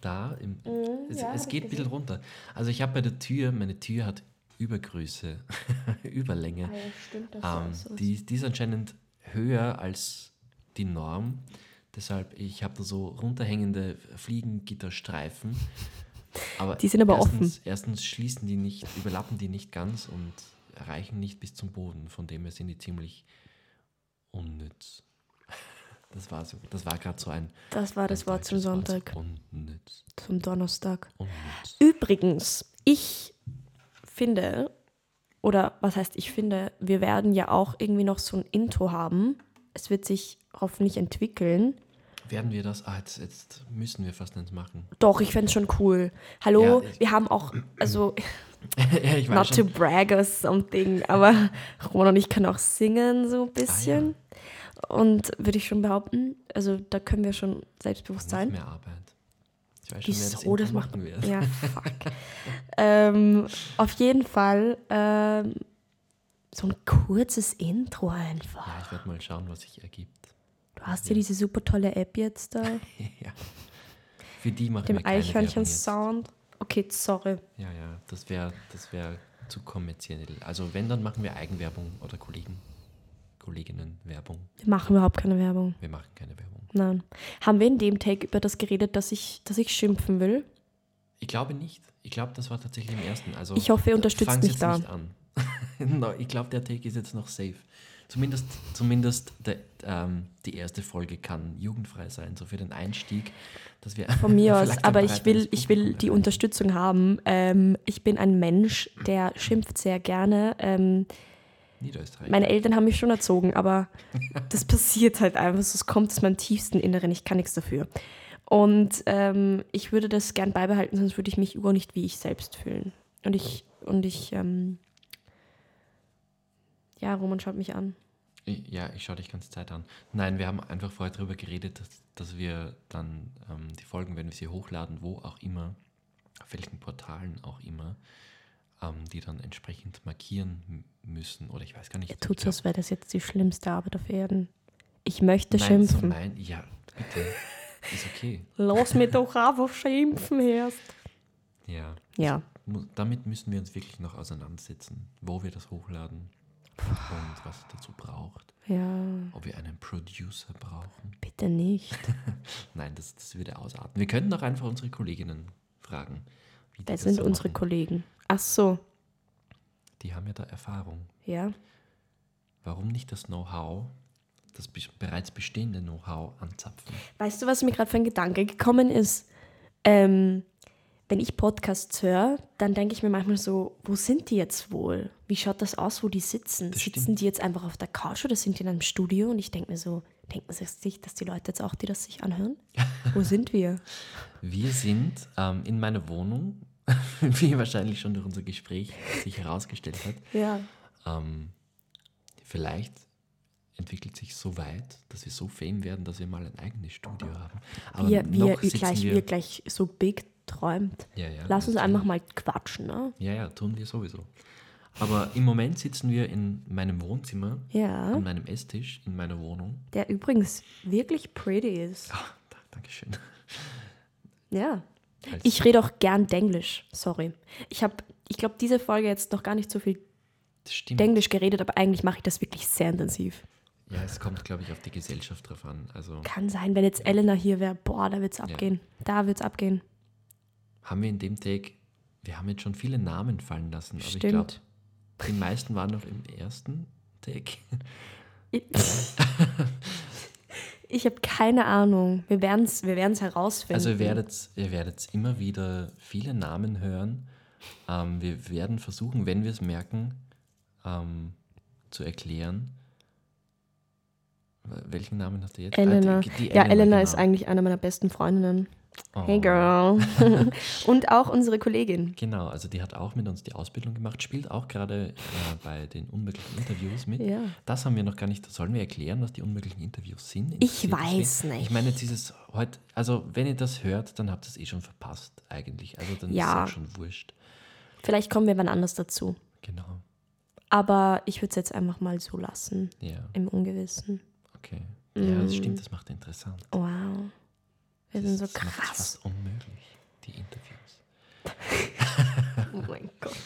B: da, im,
A: Mhm,
B: es, es geht ein bisschen runter. Also ich habe bei der Tür, meine Tür hat Übergröße, Überlänge.
A: stimmt,
B: Ähm, die, die ist anscheinend höher als die Norm. Deshalb, ich habe da so runterhängende Fliegengitterstreifen. Aber
A: Die sind aber
B: erstens,
A: offen.
B: Erstens schließen die nicht, überlappen die nicht ganz und reichen nicht bis zum Boden. Von dem her sind die ziemlich unnütz. Das war so, das war gerade so ein.
A: Das war Ah, das
B: ein
A: Wort zum
B: deutsches Wort, so
A: Sonntag,
B: Unnütz.
A: zum Donnerstag.
B: Unnütz.
A: Übrigens, ich finde, oder was heißt ich finde, wir werden ja auch irgendwie noch so ein Intro haben. Es wird sich hoffentlich entwickeln.
B: Werden wir das? Ah, jetzt, jetzt müssen wir fast eins machen.
A: Doch, ich fände es schon cool. Hallo,
B: Ja, ich-
A: wir haben auch, also
B: ja, ich
A: not to brag or something, aber Roman und ich können auch singen so
B: Ah,
A: ein bisschen. Und würde ich schon behaupten, also da können wir schon selbstbewusst
B: Noch
A: sein.
B: mehr Arbeit. Ich weiß
A: Wieso, das
B: Intro
A: macht
B: machen wird.
A: Ja, fuck. ähm, auf jeden Fall ähm, so ein kurzes Intro einfach.
B: Ja, ich werde mal schauen, was sich ergibt.
A: Du hast ja diese super tolle App jetzt da,
B: ja. Für die machen wir
A: dem
B: keine Werbung jetzt.
A: Eichhörnchen-Sound. Okay, sorry.
B: Ja, ja, das wäre das wär zu kommerziell. Also wenn, dann machen wir Eigenwerbung oder Kollegen, Kolleginnen Werbung.
A: Wir machen überhaupt keine Werbung.
B: Wir machen keine Werbung.
A: Nein. Haben wir in dem Take über das geredet, dass ich, dass ich schimpfen will?
B: Ich glaube nicht. Ich glaube, das war tatsächlich im ersten. Also
A: Ich hoffe, ihr unterstützt
B: fang's
A: mich
B: jetzt
A: da.
B: Nicht an. no, ich glaube, der Take ist jetzt noch safe. Zumindest, zumindest der, ähm, die erste Folge kann jugendfrei sein, so für den Einstieg, dass wir halt
A: Von mir aus,
B: vielleicht ein
A: aber ich
B: breiteres
A: will, ich will
B: Publikum
A: die
B: erreichen.
A: Unterstützung haben. Ähm, ich bin ein Mensch, der schimpft sehr gerne. Ähm,
B: Niederösterreich.
A: meine Eltern haben mich schon erzogen, aber das passiert halt einfach. so. Es kommt aus meinem tiefsten Inneren. Ich kann nichts dafür. Und ähm, ich würde das gern beibehalten, sonst würde ich mich überhaupt nicht wie ich selbst fühlen. Und ich, und ich, ähm, ja, Roman schaut mich an.
B: Ich- Ja, ich schaue dich ganze Zeit an. Nein, wir haben einfach vorher darüber geredet, dass, dass wir dann ähm, die Folgen, wenn wir sie hochladen, wo auch immer, auf welchen Portalen auch immer, ähm, die dann entsprechend markieren m- müssen. Oder ich weiß gar nicht.
A: Er tut
B: ich
A: so,
B: glaub-
A: als wäre das jetzt die schlimmste Arbeit auf Erden. Ich möchte
B: Nein, so
A: schimpfen.
B: nein, ja, bitte. Ist okay.
A: Lass mir doch einfach schimpfen, Herr.
B: Ja.
A: Ja.
B: Mu- Damit müssen wir uns wirklich noch auseinandersetzen, wo wir das hochladen und was es dazu braucht.
A: Ja,
B: Ob wir einen Producer brauchen.
A: bitte nicht.
B: Nein, das, das würde ausarten. Wir könnten auch einfach unsere Kolleginnen fragen. Wie die
A: Wer
B: das
A: sind
B: so
A: unsere
B: machen.
A: Kollegen? Ach so,
B: Die haben ja da Erfahrung.
A: ja.
B: Warum nicht das Know-how, das be bereits bestehende Know-how anzapfen?
A: Weißt du, was mir gerade für ein Gedanke gekommen ist? Ähm, wenn ich Podcasts höre, dann denke ich mir manchmal so, wo sind die jetzt wohl? Wie schaut das aus, wo die sitzen?
B: Das
A: sitzen
B: stimmt.
A: die jetzt einfach auf der Couch oder sind die in einem Studio? Und ich denke mir so, denken sie sich, dass die Leute jetzt auch, die das sich anhören? Wo sind wir?
B: Wir sind ähm, in meiner Wohnung, wie wahrscheinlich schon durch unser Gespräch sich herausgestellt hat.
A: Ja.
B: Ähm, vielleicht entwickelt sich so weit, dass wir so fame werden, dass wir mal ein eigenes Studio haben. Aber
A: Wir, wir,
B: noch sitzen
A: gleich, wir gleich so big träumt.
B: Ja, ja,
A: Lass uns
B: natürlich.
A: einfach mal quatschen, ne?
B: Ja, ja, tun wir sowieso. Aber im Moment sitzen wir in meinem Wohnzimmer,
A: Ja.
B: an meinem Esstisch, in meiner Wohnung.
A: Der übrigens wirklich pretty ist.
B: Ah, da- Dankeschön.
A: Ja.
B: Als-
A: Ich rede auch gern Denglisch, sorry. Ich habe, ich glaube, diese Folge jetzt noch gar nicht so viel
B: Hm. Das stimmt.
A: Denglisch geredet, aber eigentlich mache ich das wirklich sehr intensiv.
B: ja, es kommt, glaube ich, auf die Gesellschaft drauf an. Also,
A: Kann sein, wenn jetzt Elena hier wäre, boah, da wird's abgehen. Da wird's abgehen.
B: haben wir in dem Take, wir haben jetzt schon viele Namen fallen lassen, aber ich
A: Stimmt.
B: glaube, die meisten waren noch im ersten Take.
A: Ich, ich habe keine Ahnung. Wir werden es wir werden's herausfinden.
B: Also ihr werdet, ihr werdet immer wieder viele Namen hören. Ähm, wir werden versuchen, wenn wir es merken, ähm, zu erklären. Wel- Welchen Namen hast du jetzt? Ah, die-
A: Elena.
B: die
A: ja, Elena
B: genau.
A: ist eigentlich eine meiner besten Freundinnen.
B: Oh.
A: Hey girl. Und auch unsere Kollegin.
B: Genau, also die hat auch mit uns die Ausbildung gemacht, spielt auch gerade äh, bei den unmöglichen Interviews mit.
A: Ja.
B: Das haben wir noch gar nicht. Sollen wir erklären, was die unmöglichen Interviews sind?
A: Ich
B: Interessiert das wen?
A: weiß nicht.
B: Ich meine, jetzt ist es heute, also wenn ihr das hört, dann habt ihr es eh schon verpasst eigentlich. Also dann
A: Ja.
B: ist es auch schon wurscht.
A: Vielleicht kommen wir wann anders dazu.
B: Genau.
A: Aber ich würde es jetzt einfach mal so lassen.
B: Ja,
A: Im Ungewissen.
B: okay. Ja, das stimmt, das macht interessant.
A: Wow. Mm. Wir sind so
B: das macht es
A: krass.
B: fast unmöglich, die Interviews.
A: Oh mein Gott.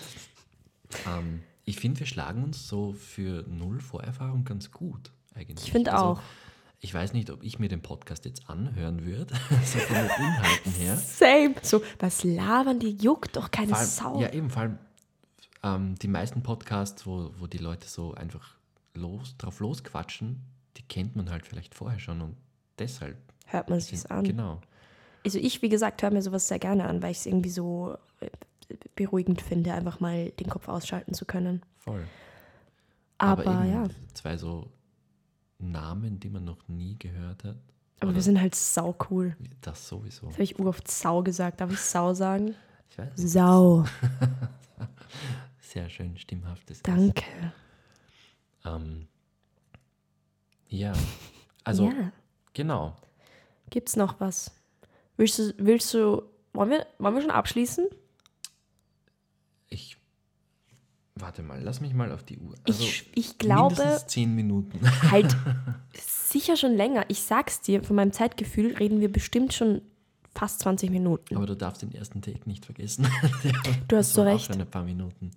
B: Ähm, ich finde, wir schlagen uns so für null Vorerfahrung ganz gut eigentlich.
A: Ich finde
B: Also,
A: auch.
B: Ich weiß nicht, ob ich mir den Podcast jetzt anhören würde, so von den Inhalten her.
A: Same. So, was labern die? Juckt doch keine
B: Vor allem,
A: Sau.
B: Ja, eben, vor allem ähm, die meisten Podcasts, wo, wo die Leute so einfach los, drauf losquatschen, die kennt man halt vielleicht vorher schon und deshalb.
A: Hört man sich's an.
B: Genau.
A: Also ich, wie gesagt, höre mir sowas sehr gerne an, weil ich es irgendwie so äh, beruhigend finde, einfach mal den Kopf ausschalten zu können.
B: Voll.
A: Aber,
B: eben
A: ja,
B: Zwei so Namen, die man noch nie gehört hat.
A: aber
B: Oder
A: wir sind halt sau cool.
B: das sowieso.
A: Das habe ich oft Sau gesagt. Darf ich Sau sagen?
B: Ich weiß. nicht.
A: Sau.
B: Sehr schön stimmhaftes. S.
A: Danke.
B: Ähm, ja. Also,
A: ja.
B: genau.
A: Gibt's noch was? Willst du, willst du, wollen wir, wollen wir schon abschließen?
B: Ich. Warte mal, lass mich mal auf die Uhr.
A: ich, ich glaube,
B: Also Mindestens zehn Minuten.
A: halt sicher schon länger. Ich sag's dir, von meinem Zeitgefühl reden wir bestimmt schon fast 20 Minuten.
B: Aber du darfst den ersten Take nicht vergessen.
A: Du hast so
B: war auch
A: recht.
B: schon ein paar Minuten.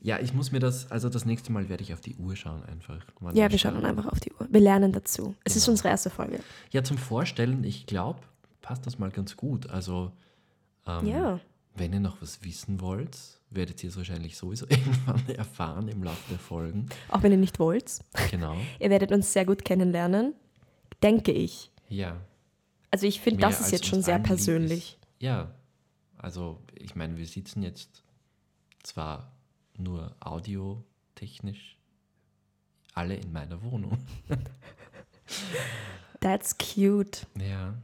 B: Ja, ich muss mir das, also das nächste Mal werde ich auf die Uhr schauen einfach. wann
A: Ja, wir schauen dann
B: starten.
A: einfach auf die Uhr. Wir lernen dazu. Es
B: Genau.
A: ist unsere erste Folge.
B: Ja, zum Vorstellen, ich glaube, passt das mal ganz gut. Also, ähm,
A: Ja.
B: wenn ihr noch was wissen wollt, werdet ihr es wahrscheinlich sowieso irgendwann erfahren im Laufe der Folgen.
A: Auch wenn ihr nicht wollt.
B: Genau.
A: Ihr werdet uns sehr gut kennenlernen, denke ich.
B: Ja.
A: Also ich finde,
B: mehr
A: das
B: als
A: ist jetzt
B: uns
A: schon sehr
B: allen lieb ist.
A: persönlich.
B: Ja. Also, ich meine, wir sitzen jetzt zwar nur audiotechnisch alle in meiner Wohnung.
A: That's cute.
B: Ja.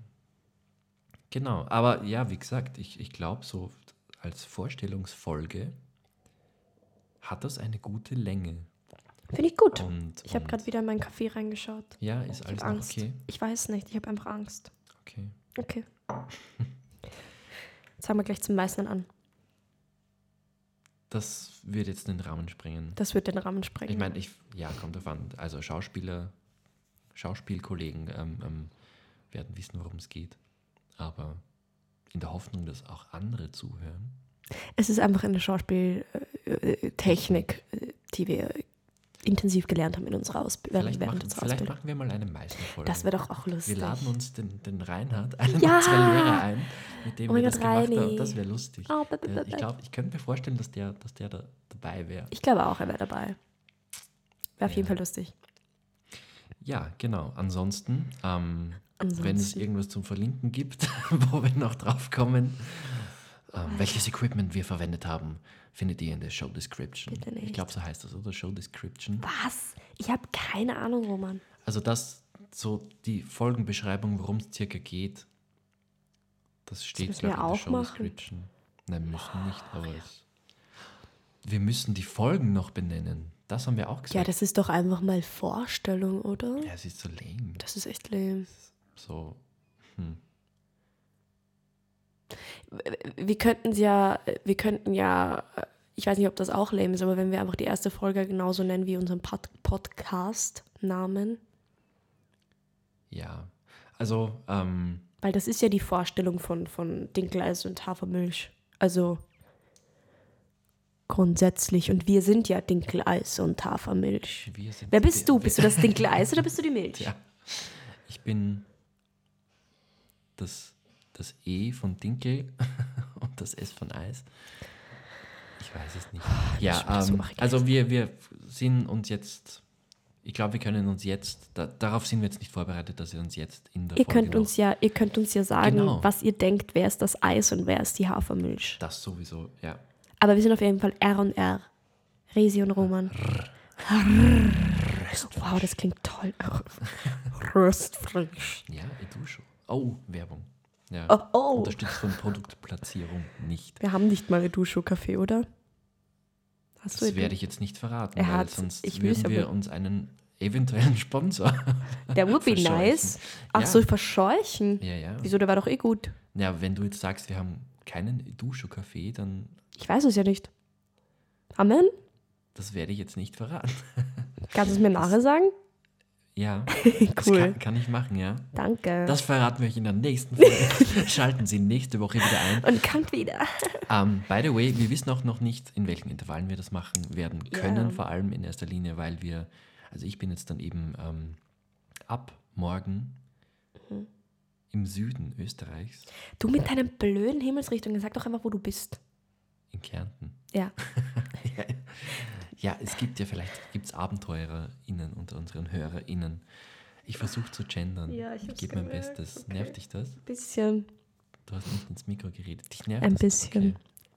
B: Genau. Aber ja, wie gesagt, ich, ich glaube, so als Vorstellungsfolge hat das eine gute Länge.
A: Finde ich gut.
B: Und,
A: Ich habe
B: und-
A: gerade wieder in meinen Kaffee reingeschaut.
B: Ja, ist
A: Ich
B: alles
A: habe
B: noch
A: Angst.
B: okay.
A: Ich weiß nicht, ich habe einfach Angst.
B: Okay.
A: Okay. Jetzt haben wir gleich zum Meißnen an.
B: Das wird jetzt den Rahmen sprengen.
A: Das wird den Rahmen sprengen.
B: Ich meine, ich, ja, kommt drauf an. Also Schauspieler, Schauspielkollegen ähm, ähm, werden wissen, worum es geht. Aber in der Hoffnung, dass auch andere zuhören.
A: es ist einfach eine äh, Schauspieltechnik, äh, die wir intensiv gelernt haben in unserer Ausbildung.
B: Vielleicht,
A: während
B: machen,
A: unserer
B: vielleicht
A: Ausbildung.
B: machen wir mal eine Meisterfolge.
A: Das wäre doch auch lustig.
B: Wir laden uns den, den Reinhard, einen
A: Ja!
B: unserer Lehrer ein, mit dem
A: Oh
B: wir
A: mein
B: das
A: Gott,
B: gemacht
A: Reini.
B: haben. Das wäre lustig.
A: Oh, ba- ba- ba-
B: der, Äh, ich
A: ba-
B: glaube, ich könnte mir vorstellen, dass der, dass der da dabei wäre.
A: Ich glaube auch, er wäre dabei. Wäre auf jeden Fall lustig.
B: Ja, genau. Ansonsten, ähm, wenn es
A: Ansonsten.
B: irgendwas zum Verlinken gibt, wo wir noch drauf kommen,
A: Ah,
B: ähm, welches Equipment wir verwendet haben, findet ihr in der Show Description.
A: Bitte nicht.
B: Ich glaube, so heißt das, oder? Show Description.
A: Was? Ich habe keine Ahnung, Roman.
B: Also das, so die Folgenbeschreibung, worum es circa geht, das steht,
A: müssen
B: glaube
A: wir auch
B: ich, in der Show
A: machen. Oh,
B: Description. Nein, müssen nicht, aber es, wir müssen die Folgen noch benennen. Das haben wir auch gesagt.
A: Ja, das ist doch einfach mal Vorstellung, oder?
B: Ja, es ist so lame.
A: Das ist echt lame.
B: So,
A: Wir könnten ja, äh, wir könnten ja, äh, ich weiß nicht, ob das auch lame ist, aber wenn wir einfach die erste Folge genauso nennen wie unseren Pod Podcast-Namen,
B: ja. Also, ähm,
A: weil das ist ja die Vorstellung von, von Dinkeleis und Hafermilch. Also grundsätzlich. Und wir sind ja Dinkeleis und Hafermilch.
B: wir sind...
A: Wer bist
B: wir-
A: du? Bist du das Dinkeleis oder bist du die Milch?
B: Ja. Ich bin das, das E von Dinkel und das S von Eis. Ich weiß es nicht. Ja,
A: Ah, das
B: ähm,
A: mache ich
B: also wir, wir sind uns jetzt, ich glaube, wir können uns jetzt, da, darauf sind wir jetzt nicht vorbereitet, dass wir uns jetzt in der
A: Ihr
B: Folge
A: könnt, uns
B: noch-
A: ja, ihr könnt uns ja sagen,
B: Genau.
A: was ihr denkt, wer ist das Eis und wer ist die Hafermilch.
B: Das sowieso, ja.
A: Aber wir sind auf jeden Fall R und R. Resi und Roman. Wow, das klingt toll. Röstfrisch.
B: Ja, Educho. Oh, Werbung. Ja.
A: Oh, oh.
B: Unterstützt von Produktplatzierung nicht.
A: Wir haben nicht mal Educho-Kaffee, oder? Hast du
B: Das werde
A: Edu-
B: ich jetzt nicht verraten,
A: Er
B: weil
A: hat's.
B: sonst
A: Ich will's
B: würden wir
A: aber-
B: uns einen eventuellen Sponsor.
A: Der would be
B: verscheuchen.
A: nice. Ach
B: Ja.
A: so, verscheuchen.
B: ja, ja.
A: Wieso, der war doch eh gut.
B: Ja, wenn du jetzt sagst, wir haben keinen Educho-Kaffee, dann
A: Ich weiß es ja nicht. Amen?
B: das werde ich jetzt nicht verraten.
A: Kannst du es mir nachher sagen?
B: Ja, das
A: Cool.
B: kann, kann ich machen, ja.
A: Danke.
B: Das verraten wir euch in der nächsten Folge. Schalten Sie nächste Woche wieder ein.
A: und kommt wieder.
B: Ähm, by the way, wir wissen auch noch nicht, in welchen Intervallen wir das machen werden
A: Ja.
B: können, vor allem in erster Linie, weil wir, also ich bin jetzt dann eben ähm, ab morgen
A: Mhm.
B: im Süden Österreichs,
A: Du mit deinen blöden Himmelsrichtungen, sag doch einfach, wo du bist.
B: in Kärnten.
A: Ja.
B: ja, ja, es gibt ja vielleicht gibt's AbenteurerInnen unter unseren HörerInnen. Ich versuche zu gendern.
A: Ja, ich
B: ich
A: hab's
B: gebe mein
A: gemerkt.
B: Bestes.
A: Okay.
B: Nervt dich das?
A: Bisschen.
B: Du hast nicht ins Mikro geredet. Dich nervt
A: Ein
B: das?
A: bisschen.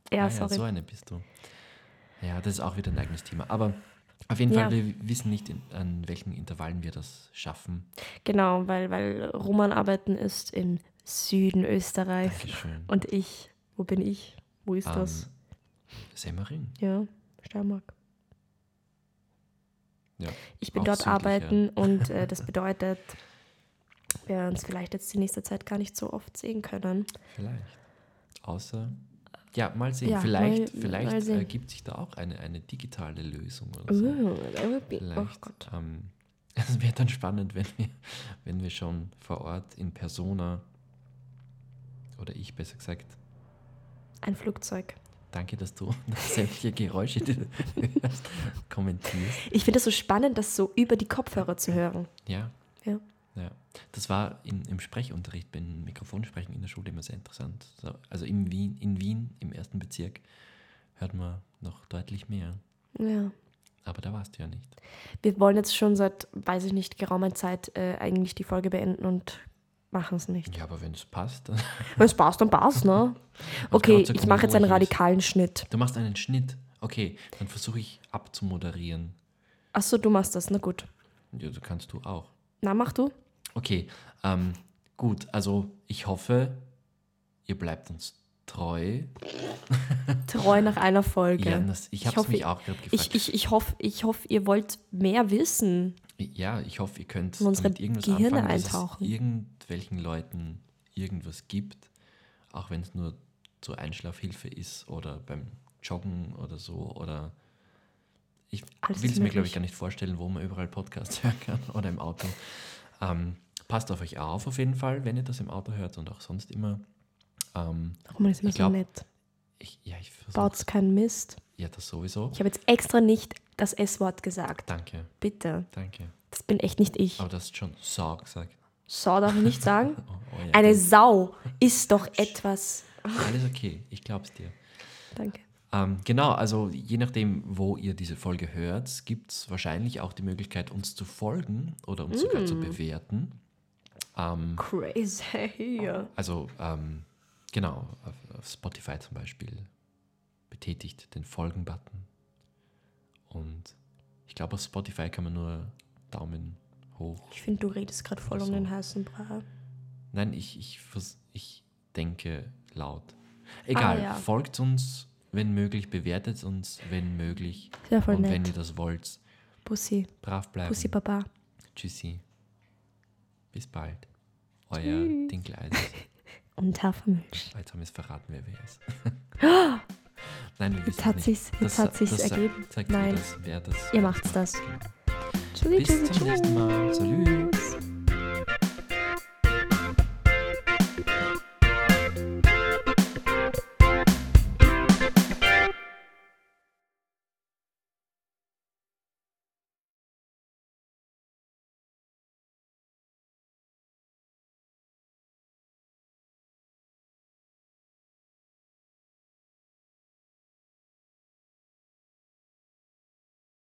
B: Okay.
A: Ja,
B: ah,
A: sorry.
B: Ja, so eine bist du. Ja, das ist auch wieder ein eigenes Thema. Aber auf jeden
A: Ja.
B: Fall, wir wissen nicht, in, an welchen Intervallen wir das schaffen.
A: Genau, weil, weil Roman arbeiten ist im Süden Österreichs.
B: Dankeschön.
A: Und ich, wo bin ich? Wo
B: Ähm,
A: ist das?
B: Semmering.
A: Ja, Steiermark.
B: Ja.
A: Ich bin
B: auch
A: dort
B: südlich, ja.
A: arbeiten und äh, das bedeutet, wir uns vielleicht jetzt die nächste Zeit gar nicht so oft sehen können.
B: Vielleicht. Außer. Ja, mal sehen.
A: Ja,
B: vielleicht
A: mal-
B: vielleicht
A: mal sehen.
B: ergibt sich da auch eine, eine digitale Lösung oder so.
A: Uh, that would be- oh
B: Vielleicht.
A: Gott.
B: ähm, es wäre dann spannend, wenn wir, wenn wir schon vor Ort in Persona oder ich besser gesagt
A: Ein Flugzeug.
B: Danke, dass du sämtliche Geräusche, die du hörst, kommentierst.
A: Ich finde es so spannend, das so über die Kopfhörer zu hören.
B: Ja.
A: Ja.
B: ja. Das war in, im Sprechunterricht, beim Mikrofonsprechen in der Schule immer sehr interessant. So, also in Wien, in Wien, im ersten Bezirk, hört man noch deutlich mehr.
A: Ja.
B: Aber da warst du ja nicht.
A: Wir wollen jetzt schon seit, weiß ich nicht, geraumer Zeit äh, eigentlich die Folge beenden und machen es nicht.
B: Ja, aber wenn es passt, dann.
A: Wenn es passt, dann passt, ne? Okay, ich mache jetzt einen radikalen Schnitt.
B: Du machst einen Schnitt. Okay, dann versuche ich abzumoderieren.
A: Achso, du machst das, na gut.
B: Ja, du kannst du auch.
A: Na, mach du.
B: Okay, ähm, gut, also ich hoffe, ihr bleibt uns treu.
A: Treu nach einer Folge.
B: Ja, das, ich habe es
A: hoffe,
B: mich auch gerade gefragt.
A: Ich, ich, ich hoffe, ich hoffe, ihr wollt mehr wissen.
B: ja, ich hoffe, ihr könnt
A: In Um unsere
B: damit irgendwas
A: Gehirne
B: anfangen,
A: eintauchen.
B: dass es irgendwelchen Leuten irgendwas gibt, auch wenn es nur zur Einschlafhilfe ist oder beim Joggen oder so. Oder ich
A: Alles
B: will
A: ist
B: es mir, glaube
A: möglich.
B: ich, gar nicht vorstellen, wo man überall Podcasts hören kann oder im Auto. Ähm, passt auf euch auf, auf jeden Fall, wenn ihr das im Auto hört und auch sonst immer. Ähm,
A: Warum ist mir
B: Ich
A: so
B: glaub-
A: nett?
B: ich, ja, ich versuche.
A: Baut's keinen Mist.
B: Ja, das sowieso.
A: Ich habe jetzt extra nicht das S-Wort gesagt.
B: Danke,
A: Bitte.
B: danke.
A: Das bin echt nicht ich.
B: Aber das ist schon Sau gesagt.
A: Sau darf ich nicht sagen.
B: Oh, oh ja,
A: Eine Sau ist doch etwas.
B: Alles okay, ich glaub's dir.
A: Danke.
B: Ähm, genau, also je nachdem, wo ihr diese Folge hört, gibt es wahrscheinlich auch die Möglichkeit, uns zu folgen oder uns sogar
A: Mm.
B: zu bewerten. Ähm,
A: Crazy.
B: also ähm, genau, auf, auf Spotify zum Beispiel betätigt den Folgen-Button. Und ich glaube, auf Spotify kann man nur Daumen hoch.
A: Ich finde, du redest gerade voll um den heißen Brei.
B: Nein, ich, ich, vers- ich denke laut. Egal,
A: Ah, ja.
B: folgt uns, wenn möglich, bewertet uns, wenn möglich.
A: Sehr voll
B: Und wenn ähm, ihr
A: nett.
B: das wollt,
A: Pussy.
B: brav bleiben.
A: Pussy Baba.
B: Tschüssi. Bis bald. Euer Dinkeleis.
A: Und Hafermilch.
B: Jetzt haben wir es verraten, wer wer ist. Nein, wir wissen es
A: hat
B: nicht.
A: sich's- jetzt
B: Das-
A: hat sich's
B: das sagt-
A: ergeben.
B: Sagt ihr
A: Nein.
B: Das, wer das
A: Ihr macht's das.
B: Genau.
A: Tschüssi,
B: Bis
A: tschüssi,
B: zum
A: tschüssi.
B: nächsten Mal. Salut.